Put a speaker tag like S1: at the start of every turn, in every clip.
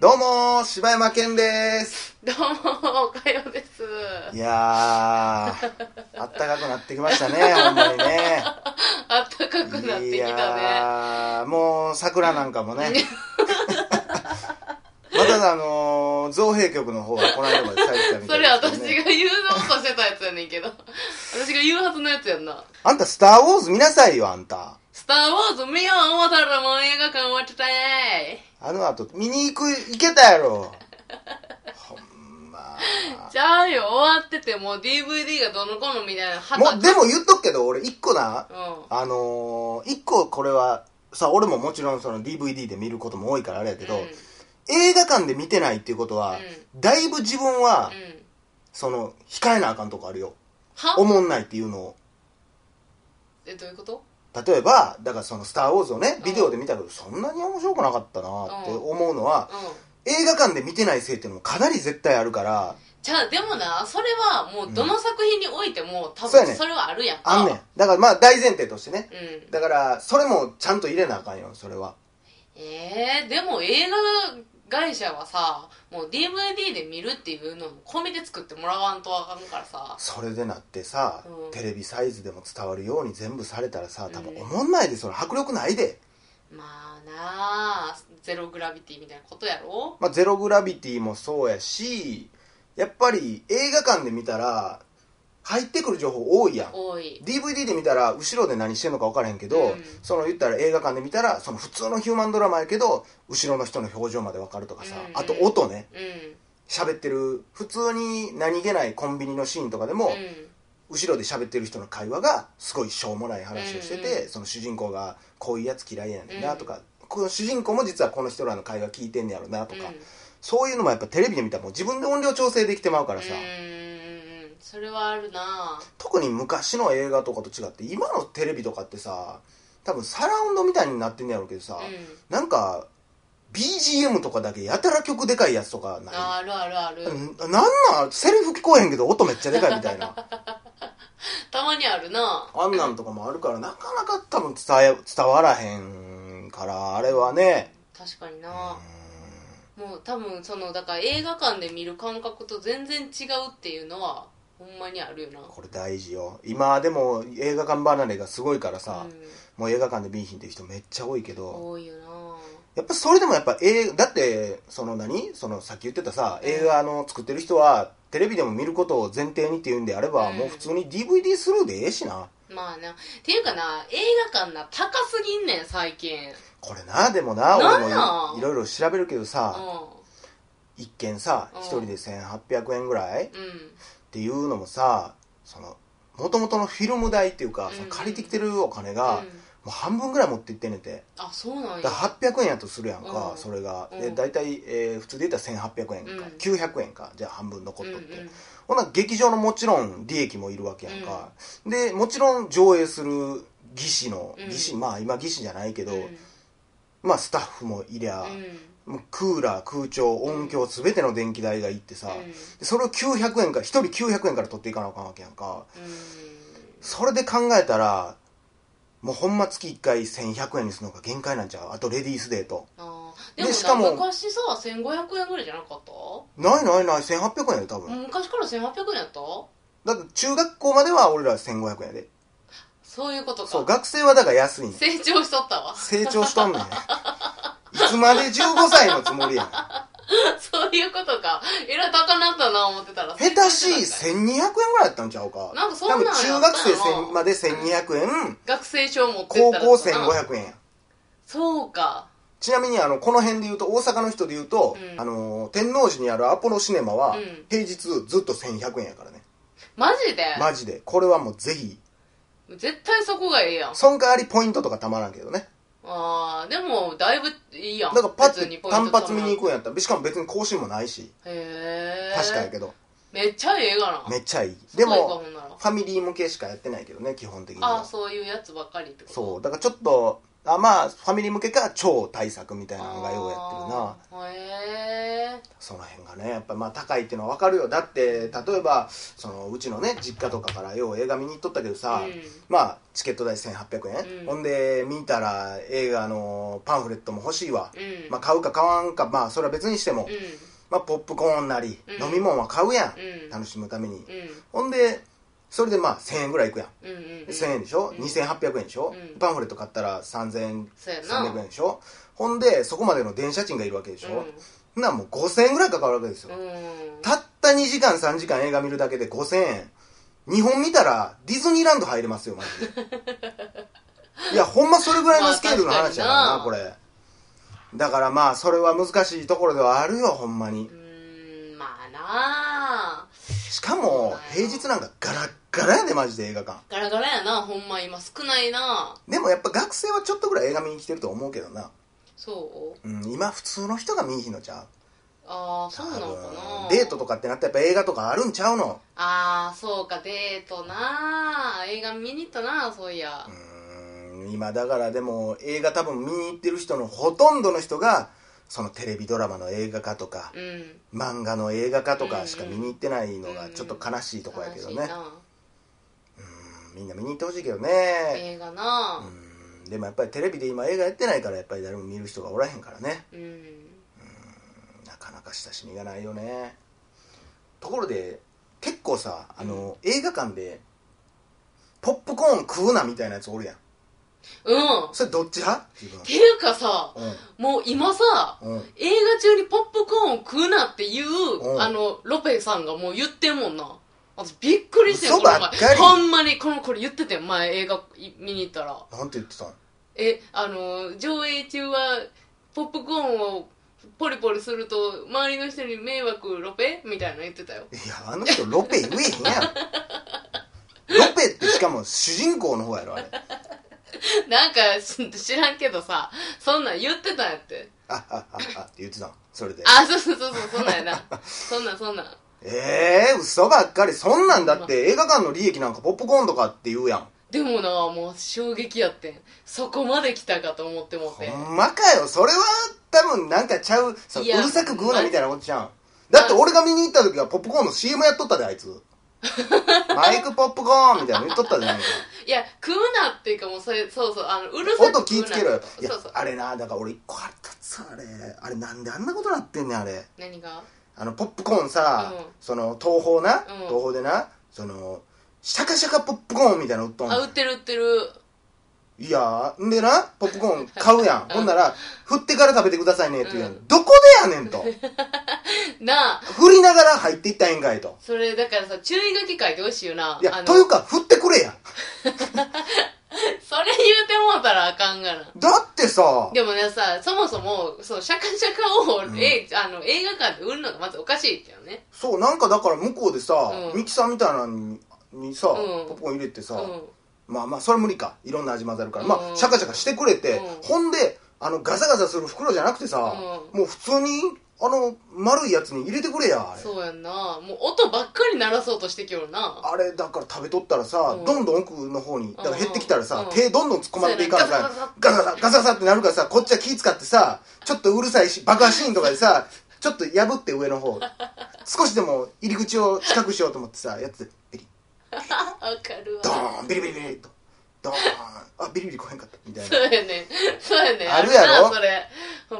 S1: どうもー柴山健です
S2: どうも、おかよです。
S1: いやーあったかくなってきましたね ほんまにね
S2: あったかくなって
S1: い
S2: きたね。
S1: やーもう桜なんかも ねまたあのー造幣局の方はこの間まで咲いてたみた
S2: そ
S1: い
S2: れ
S1: ですけ
S2: 私
S1: どね
S2: が言おうとしてたやつやねんけど。 私が言うはずのやつやんな。
S1: あんた「スター・ウォーズ」見なさいよあんた
S2: スター・ウォーズ見よう思ったらもう映画館終わってたね
S1: あの後見に行く行けたやろほんま
S2: じゃあよ、終わっててもう DVD がどの子のみたいな旗
S1: もうでも言っとくけど俺一個な
S2: うん。
S1: あのー、一個これはさ俺ももちろんその DVD で見ることも多いからあれやけど、
S2: うん
S1: 映画館で見てないっていうことは、だいぶ自分は、
S2: うん。
S1: その控えなあかんとこあるよ
S2: は
S1: 思んないっていうのを
S2: え、どういうこと
S1: 例えばだからその「スター・ウォーズ」をねビデオで見たけど、そんなに面白くなかったなって思うのは、
S2: うん。
S1: 映画館で見てないせいっていうのもかなり絶対あるから
S2: じゃあ、でもな、それはもうどの作品においても、多
S1: そうやね
S2: 分それはあるやんか。
S1: あんねんだからまあ大前提としてね
S2: うん。
S1: だからそれもちゃんと入れなあかんよそれは
S2: えー、でも映画会社はさもう DVD で見るっていうのも込みで作ってもらわんとあかんからさ
S1: それでなってさ、
S2: うん
S1: テレビサイズでも伝わるように全部されたらさ多分
S2: うん
S1: 思んないでそれ迫力ないで、
S2: まあなあゼログラビティみたいなことやろ
S1: まあ、ゼログラビティもそうやしやっぱり映画館で見たら入ってくる情報多いやん
S2: 多い
S1: DVD で見たら後ろで何してんのか分からへんけど、
S2: うん
S1: その言ったら映画館で見たらその普通のヒューマンドラマやけど後ろの人の表情まで分かるとかさ、
S2: うん
S1: あと音ね
S2: うん
S1: 喋ってる普通に何気ないコンビニのシーンとかでも、
S2: うん
S1: 後ろで喋ってる人の会話がすごいしょうもない話をしてて、
S2: うんうん
S1: その主人公がこういうやつ嫌いやねんなとか、この主人公も実はこの人らの会話聞いてんねやろなとか、
S2: うん
S1: そういうのもやっぱテレビで見たらもう自分で音量調整できてまうから
S2: う
S1: さ、
S2: ーんそれはあるな
S1: 特に昔の映画とかと違って今のテレビとかってさ多分サラウンドみたいになってんねやろうけどさ、
S2: うん
S1: なんか BGM とかだけやたら曲でかいやつとかない
S2: ああるあるある、
S1: うんなんなんセリフ聞こえへんけど音めっちゃでかいみたい な
S2: たまにあるな
S1: あんなんとかもあるからなかなか多分伝え伝わらへんからあれはね
S2: 確かになもう多分そのだから映画館で見る感覚と全然違うっていうのはほんまにあるよな
S1: これ大事よ今でも映画館離れがすごいからさ、
S2: うん
S1: もう映画館で見いひんっていう人めっちゃ多いけど
S2: 多いよな
S1: やっぱそれでもやっぱ映だってその何そのさっき言ってたさ映画の作ってる人はテレビでも見ることを前提にっていうんであれば、
S2: うん
S1: もう普通に DVD スルーでええしな
S2: まあなっていうかな映画館な高すぎんねん最近
S1: これなでもな
S2: なん
S1: 俺
S2: なん
S1: もいいろいろ調べるけど
S2: う
S1: さ、
S2: ん
S1: 一軒さ
S2: うん
S1: 一人で1800円ぐらい、
S2: うん
S1: っていうのもさその元々のフィルム代っていうか、
S2: うん
S1: その借りてきてるお金が、も
S2: うん
S1: う半分ぐらい持っていってんねんて
S2: あそうなんや
S1: だから800円やとするやんか、
S2: うん
S1: それが、
S2: う
S1: で
S2: ん
S1: 大体、えー普通で言ったら1800円か、
S2: うん
S1: 900円かじゃあ半分残
S2: う
S1: っ
S2: んう
S1: と
S2: ん
S1: って、ほな劇場のもちろん利益もいるわけやんか、でもちろん上映する技師の
S2: うん
S1: 技師、まあ今技師じゃないけど、
S2: うん
S1: まあスタッフもいりゃ
S2: う、ん
S1: もうクーラー空調音響全ての電気代がいってさ、
S2: うん
S1: でそれを900円から1人900円から取っていかなあかんわけやんか
S2: うん
S1: それで考えたらもうほんま月1回1100円にするのが限界なんちゃうあとレディースデーと
S2: あー
S1: で
S2: でもな
S1: しかも
S2: 昔さ1500円ぐらいじゃなかった
S1: ないないない1800円よ多分、
S2: 昔から1800円やった
S1: だって中学校までは俺ら1500円やで
S2: そういうことか
S1: そう学生はだから安いねん
S2: 成長しとったわ
S1: 成長しとんねんいつまで15歳のつもりやねん
S2: そういうことかえらい高なったな思ってたら
S1: 下手しい
S2: い
S1: 1200円ぐらいやったんちゃうか
S2: なんかそんなんや
S1: 多分中学生せんまで1200円、
S2: 学生証持ってっ
S1: 高
S2: たら
S1: 校
S2: さ
S1: 1500円や
S2: そうか
S1: ちなみにあのこの辺で言うと大阪の人で言うと、
S2: うん
S1: あのー天王寺にあるアポロシネマは、
S2: うん
S1: 平日ずっと1100円やからね
S2: マジで
S1: マジでこれはもうぜひ
S2: 絶対そこがええやん
S1: その代わりポイントとかたまらんけどね
S2: ああでもだいぶいいや
S1: だ
S2: ん
S1: からパッ
S2: 別に
S1: て
S2: ポイ
S1: 単
S2: ント
S1: 発見に行くんやったらしかも別に更新もないし
S2: へえ
S1: 確かやけど
S2: めっちゃええがな
S1: めっちゃいい
S2: すご
S1: で
S2: いか
S1: も
S2: ほんなら
S1: ファミリー向けしかやってないけどね基本的に
S2: ああ
S1: は
S2: そういうやつばっかりってこと
S1: そうだからちょっとあまあファミリー向けか超対策みたいなのがようやってるな
S2: あーへね
S1: その辺がねやっぱまあ高いっていうのは分かるよだって例えばそのうちのね実家とかからよう映画見に行っとったけどさ、
S2: うん
S1: まあチケット代1800円、
S2: うん
S1: ほんで見たら映画のパンフレットも欲しいわ、
S2: うん
S1: まあ、買うか買わんかまあそれは別にしても、
S2: うん
S1: まあ、ポップコーンなり、
S2: うん
S1: 飲み物は買うやん、
S2: うん
S1: 楽しむために、
S2: うん
S1: ほんでそれでまあ1000円ぐらいいくやん
S2: うんうんうん
S1: 1000円でしょ、
S2: うん
S1: 2800円でしょ、
S2: うん
S1: パンフレット買ったら3000円
S2: そうやな
S1: 300円でしょほんでそこまでの電車賃がいるわけでしょ、
S2: う
S1: ほんならもう5000円ぐらいかかるわけですよ、
S2: んうん
S1: たった2時間3時間映画見るだけで5000円日本見たらディズニーランド入れますよマジ でいやほんまそれぐらいのスケールの話やからな,、
S2: まあ
S1: こ
S2: 確
S1: れだからまあそれは難しいところではあるよほんまに
S2: うんまあなあ
S1: しかも平日なんかガラッガラやでマジで映画館
S2: ガラガラやなほんま今少ないな
S1: でもやっぱ学生はちょっとぐらい映画見に来てると思うけどな、
S2: そう
S1: うん、今普通の人が見にひんのちゃう
S2: ああそうなのかな
S1: 多分デートとかってなったらやっぱ映画とかあるんちゃうの
S2: ああそうかデートなあ映画見に行ったなあそういや
S1: うーん今だからでも映画多分見に行ってる人のほとんどの人がそのテレビドラマの映画化とか
S2: うん
S1: 漫画の映画化とかしか見に行ってないのが
S2: うん
S1: ちょっと悲しいとこやけどね
S2: 悲しいな
S1: うんみんな見に行ってほしいけどね
S2: 映画なあ
S1: うんでもやっぱりテレビで今映画やってないからやっぱり誰も見る人がおらへんからね
S2: うん、
S1: なかなか親しみがないよねところで結構さあの、映画館でポップコーン食うなみたいなやつおるやん
S2: うん、
S1: それどっち派自
S2: ていうかさ
S1: 分
S2: もう今さ
S1: うんうん
S2: 映画中にポップコーンを食うなっていう
S1: うん
S2: あのロペさんがもう言ってんもんな私びっくりしてん
S1: 嘘
S2: この
S1: ばっか
S2: 前
S1: り
S2: ほんまにこのこれ言っててん前映画い見に行ったら
S1: なんて言ってたん
S2: えあの上映中はポップコーンをポリポリすると周りの人に迷惑ロペみたいなの言ってたよ
S1: いやあの人ロペ言えへん やんロペってしかも主人公の方やろあれ
S2: なんかし知らんけどさそんなん言ってたんやって
S1: ああああって言ってたんそれで
S2: あそうそうそうそうそんなん やなそんなんそんなん
S1: ええー、嘘ばっかりそんなんだって映画館の利益なんかポップコーンとかって言うやん
S2: でもなもう衝撃やってんそこまで来たかと思ってもって
S1: ほんまかよそれは多分なんかちゃうそうう
S2: いや
S1: るさく食うなみたいなことじゃんだって俺が見に行った時はポップコーンの CM やっとったであいつ マイクポップコーンみたいなの言っとったじゃないか
S2: いや食うなっていうかもうそれそうそうあのうるさく
S1: 音気
S2: 食
S1: ぃ
S2: うな
S1: つけろよいや
S2: そうそう
S1: あれなだから俺一個腹立つわあれあれなんであんなことなってんねんあれ
S2: 何が
S1: あのポップコーンさ、
S2: うん
S1: その東宝な、
S2: うん
S1: 東宝でなそのシャカシャカポップコーンみたいなの売っとんね
S2: あ
S1: ん
S2: 売ってる売ってる
S1: いやんでなポップコーン買うや ん、ほんなら振ってから食べてくださいねって言うやん、
S2: うん
S1: どこでやねん と
S2: なあ
S1: 振りながら入っていったらええんかいと
S2: それだからさ注意書き書いてほしいよないあ
S1: や
S2: の
S1: というか振ってくれや
S2: それ言うてもうたらあかんがな
S1: だってさ
S2: でもねさそもそもそうシャカシャカを、
S1: うん
S2: えあの映画館で売るのがまずおかしいってよね
S1: そうなんかだから向こうでさ、
S2: うん
S1: ミキサーみたいなのににさ、
S2: うん
S1: ポップコーン入れて
S2: う
S1: さ、
S2: ん
S1: まあまあそれ無理かいろんな味混ざるから、ま
S2: う
S1: あ
S2: ん
S1: シャカシャカしてくれて、
S2: うん
S1: ほんであのガサガサする袋じゃなくてさ、
S2: う
S1: もう普通にあの丸いやつに入れてくれやあれ
S2: そうやんなもう音ばっかり鳴らそうとしてきよるな
S1: あれだから食べとったらさ、
S2: うん
S1: どんどん奥の方にだから減ってきたらさ、
S2: うん
S1: 手どんどん突っ込まれていかな
S2: そうやね
S1: さガサガサガサガサってなるからさこっちは気使ってさちょっとうるさいし爆破シーンとかでさちょっと破って上の方少しでも入り口を近くしようと思ってさやってビリ
S2: あわかる
S1: ド
S2: わ
S1: ーンビリビリビリっとドーンあビリビリ来へんかったみたいな
S2: そうやねそうやね
S1: あるやろ
S2: なそれ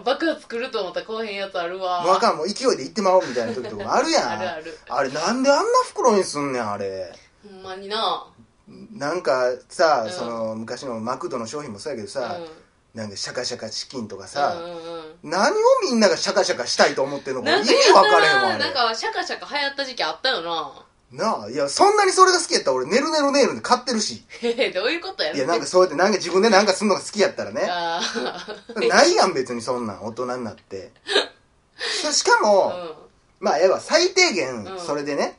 S2: 爆発作ると思ったらこうへんやつあるわ
S1: もうあかんもう勢いで行ってまおうみたいな時とかもあるやん
S2: あるある
S1: あれなんであんな袋にすんねんあれ
S2: ほんまにな
S1: なんかさ、
S2: うん
S1: その昔のマクドの商品もそうやけどさ、
S2: う
S1: なんかシャカシャカチキンとか
S2: んう
S1: さ、
S2: んうんうん
S1: 何をみんながシャカシャカしたいと思ってんのか意
S2: なん
S1: 味
S2: かや
S1: 分
S2: た
S1: かれへんわ
S2: ら
S1: あれ
S2: なんかシャカシャカ流行った時期あったよな
S1: なあいやそんなにそれが好きやったら俺ねるねるねるで買ってるし
S2: へへどういうことや
S1: いやなんかそうやってなんか自分でなんかすんのが好きやったらね
S2: ああ
S1: ないやん別にそんなん大人になって ししかも、
S2: う
S1: まあ、要は最低限
S2: うん、
S1: それでね、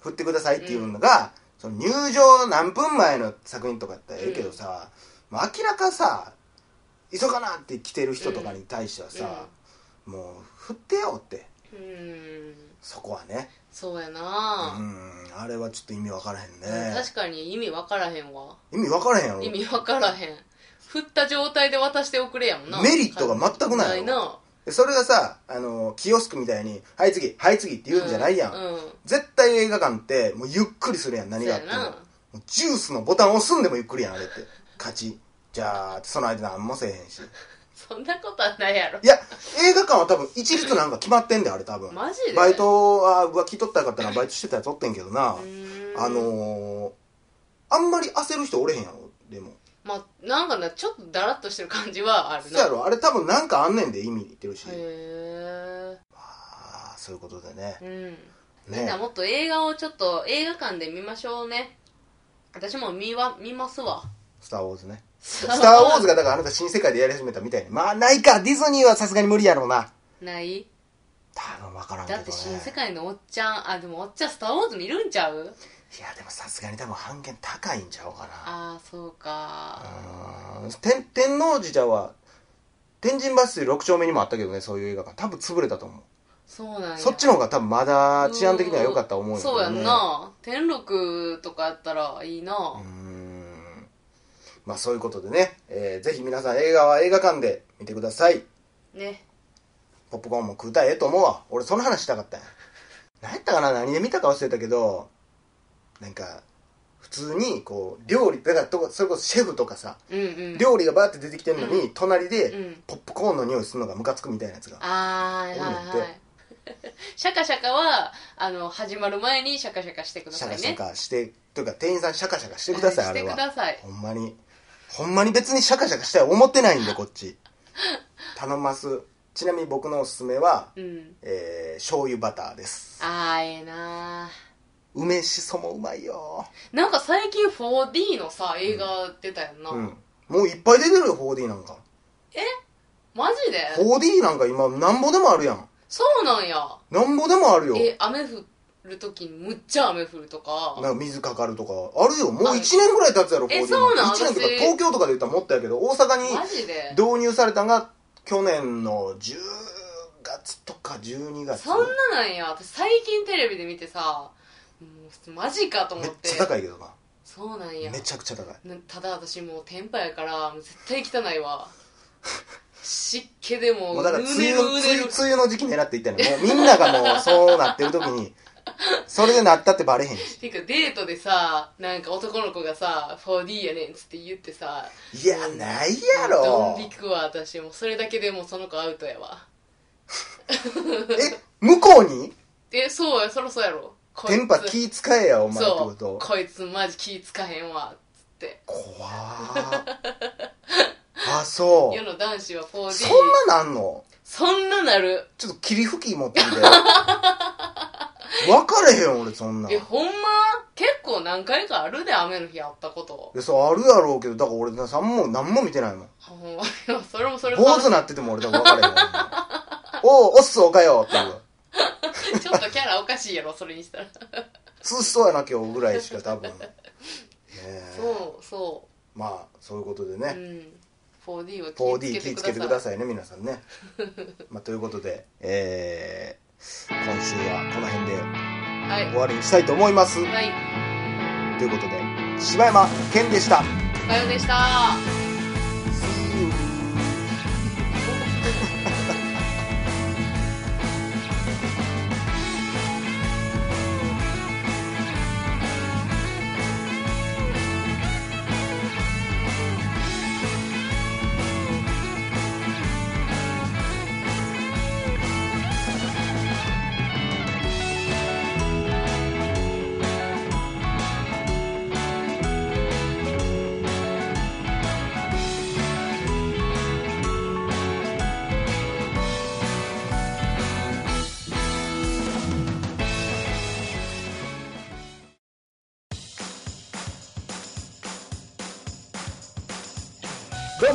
S1: 振ってくださいっていうのが、その入場何分前の作品とかやったらええけどさ、もう明らかさ、急がなって来てる人とかに対してはさ、もう、振ってよって、
S2: ん、うん、
S1: そこはね。
S2: そうや
S1: う
S2: な、
S1: ん、あれはちょっと意味わからへんね。
S2: 確かに意味わからへんわ
S1: 意味わからへんやろ。
S2: 意味わからへん振った状態で渡しておくれやもんな
S1: メリットが全くないよ
S2: ないな
S1: でそれがさあのキオスクみたいに「はい次はい次」って言うんじゃないやん、
S2: うん、
S1: 絶対映画館ってもうゆっくりするやん何があっても
S2: そうやな
S1: もうジュースのボタン押すんでもゆっくりやんあれって勝ちじゃあその間何もせえへんし
S2: そんなことはないやろ
S1: いや映画館は多分一律なんか決まってんだよあれ多分
S2: マジで
S1: バイトは浮気取ったらよかったなバイトしてたら取ってんけどな
S2: うーん
S1: あのー、あんまり焦る人おれへんやろでも
S2: まあなんかなちょっとだらっとしてる感じはある
S1: そ
S2: な
S1: やろあれ多分なんかあんねんで意味言ってるし
S2: へ
S1: ああそういうことでね
S2: えうんみん
S1: ね
S2: なもっと映画をちょっと映画館で見ましょうね私も見わ見ますわ
S1: スター・ウォーズね
S2: ス
S1: スター・ウォーズがだからあなた新世界でやり始めたみたいにまあないかディズニーはさすがに無理やろうな
S2: ない
S1: 多分分からんけ
S2: だ
S1: ど
S2: っ
S1: ね
S2: て新世界のおっちゃんあでもおっちゃん「スター・ウォーズ」見るんちゃう
S1: いやでもさすがに多分半減高いんちゃうかな
S2: ああそうか
S1: うーん天天王寺じゃは天神バス6丁目にもあったけどねそういう映画館多分潰れたと思う
S2: そうなんや
S1: そっちの方が多分まだ治安的には良かったと思うんやけど
S2: そう
S1: ね
S2: やんな天禄とかやったらいいな、
S1: うーんまあそういうことでね、えーぜひ皆さん映画は映画館で見てください
S2: ね
S1: ポップコーンも食うたらええと思うわ俺その話したかったんや何やったかな何で見たか忘れたけどなんか普通にこう料理だからとそれこそシェフとかさ
S2: うんうん
S1: 料理がバーって出てきてるのに、隣
S2: う
S1: で
S2: ん
S1: ポップコーンの匂いするのがムカつくみたいなやつが
S2: あーはいはいはい シャカシャカはあの始まる前にシャカシャカしてくだ
S1: シ
S2: さ
S1: ャ
S2: い
S1: カ
S2: ね
S1: シャカしてというか店員さんシャカシャカしてくださいあ
S2: はい
S1: れ
S2: してく
S1: は
S2: ださい
S1: ほんまにほんまに別にシャカシャカしたい思ってないんでこっち頼ますちなみに僕のおすすめは、
S2: うん
S1: えー醤油バターです
S2: あーええな
S1: 梅しそもうまいよ
S2: ーなんか最近 4D のさ映画出たやんな、
S1: うんもういっぱい出てるよ 4D なんか
S2: マジで
S1: 4D なんか今なんぼでもあるやん
S2: そうなんや
S1: なんぼでもあるよ
S2: え雨降る時にむっちゃ雨降るとか
S1: なんか水かかるとかあるよもう1年ぐらい経つやろ 4D
S2: えそうなん
S1: 1年とか
S2: 私
S1: 東京とかで言ったらもっとやけど大阪に
S2: マジで
S1: 導入されたのが去年の10月とか12月
S2: そんななんや私最近テレビで見てさもうマジかと思
S1: め
S2: っ
S1: ってちゃ高いけどな
S2: そうなんや
S1: めちゃくちゃ高い
S2: なただ私もう天パやからもう絶対汚いわ湿気で
S1: も
S2: もう
S1: うだから梅
S2: う
S1: 雨
S2: ね
S1: 梅雨
S2: るうねる
S1: 梅雨の時期狙っていったのもうみんながもうそうなってる時にそれでなったってバレへんして
S2: いうかデートでさなんか男の子がさ 4D やねんっつって言ってさ
S1: いやないや
S2: ド
S1: ろ
S2: ン引くわ私もうそれだけでもうその子アウトやわ
S1: え向こうに
S2: でそうやそろそろやろこいつ
S1: 電波気使えやお前って
S2: そ
S1: こ
S2: う
S1: と
S2: こいつマジ気ぃつかへんわっつって
S1: 怖ーあそ
S2: 世
S1: う
S2: の男子は 4D
S1: そんななんの
S2: そんななる
S1: ちょっと霧吹き持 ってみて分かれへん俺そんなん
S2: えほんま結構何回かあるで雨の日あったこと
S1: でそうあるやろうけどだから俺なさんも何も見てないもん
S2: あほんまいや それもそれも
S1: 坊主なってても俺多分分かれ へんわおうおっすおかよっていう
S2: ちょっとキャラおかしいやろそれにしたら
S1: 涼しそうやな今日ぐらいしか多分ねえ
S2: そうそ
S1: まあそういうことで
S2: う、う
S1: ね、
S2: ん、4D は
S1: 4D 気ぃつけてくだ
S2: い
S1: さいね皆さん ね、まあ、ということでえー、今週はこの辺で
S2: はい
S1: 終わりにしたいと思います
S2: はい
S1: ということで柴山健でした
S2: おかようでした
S1: See you. Yes. どう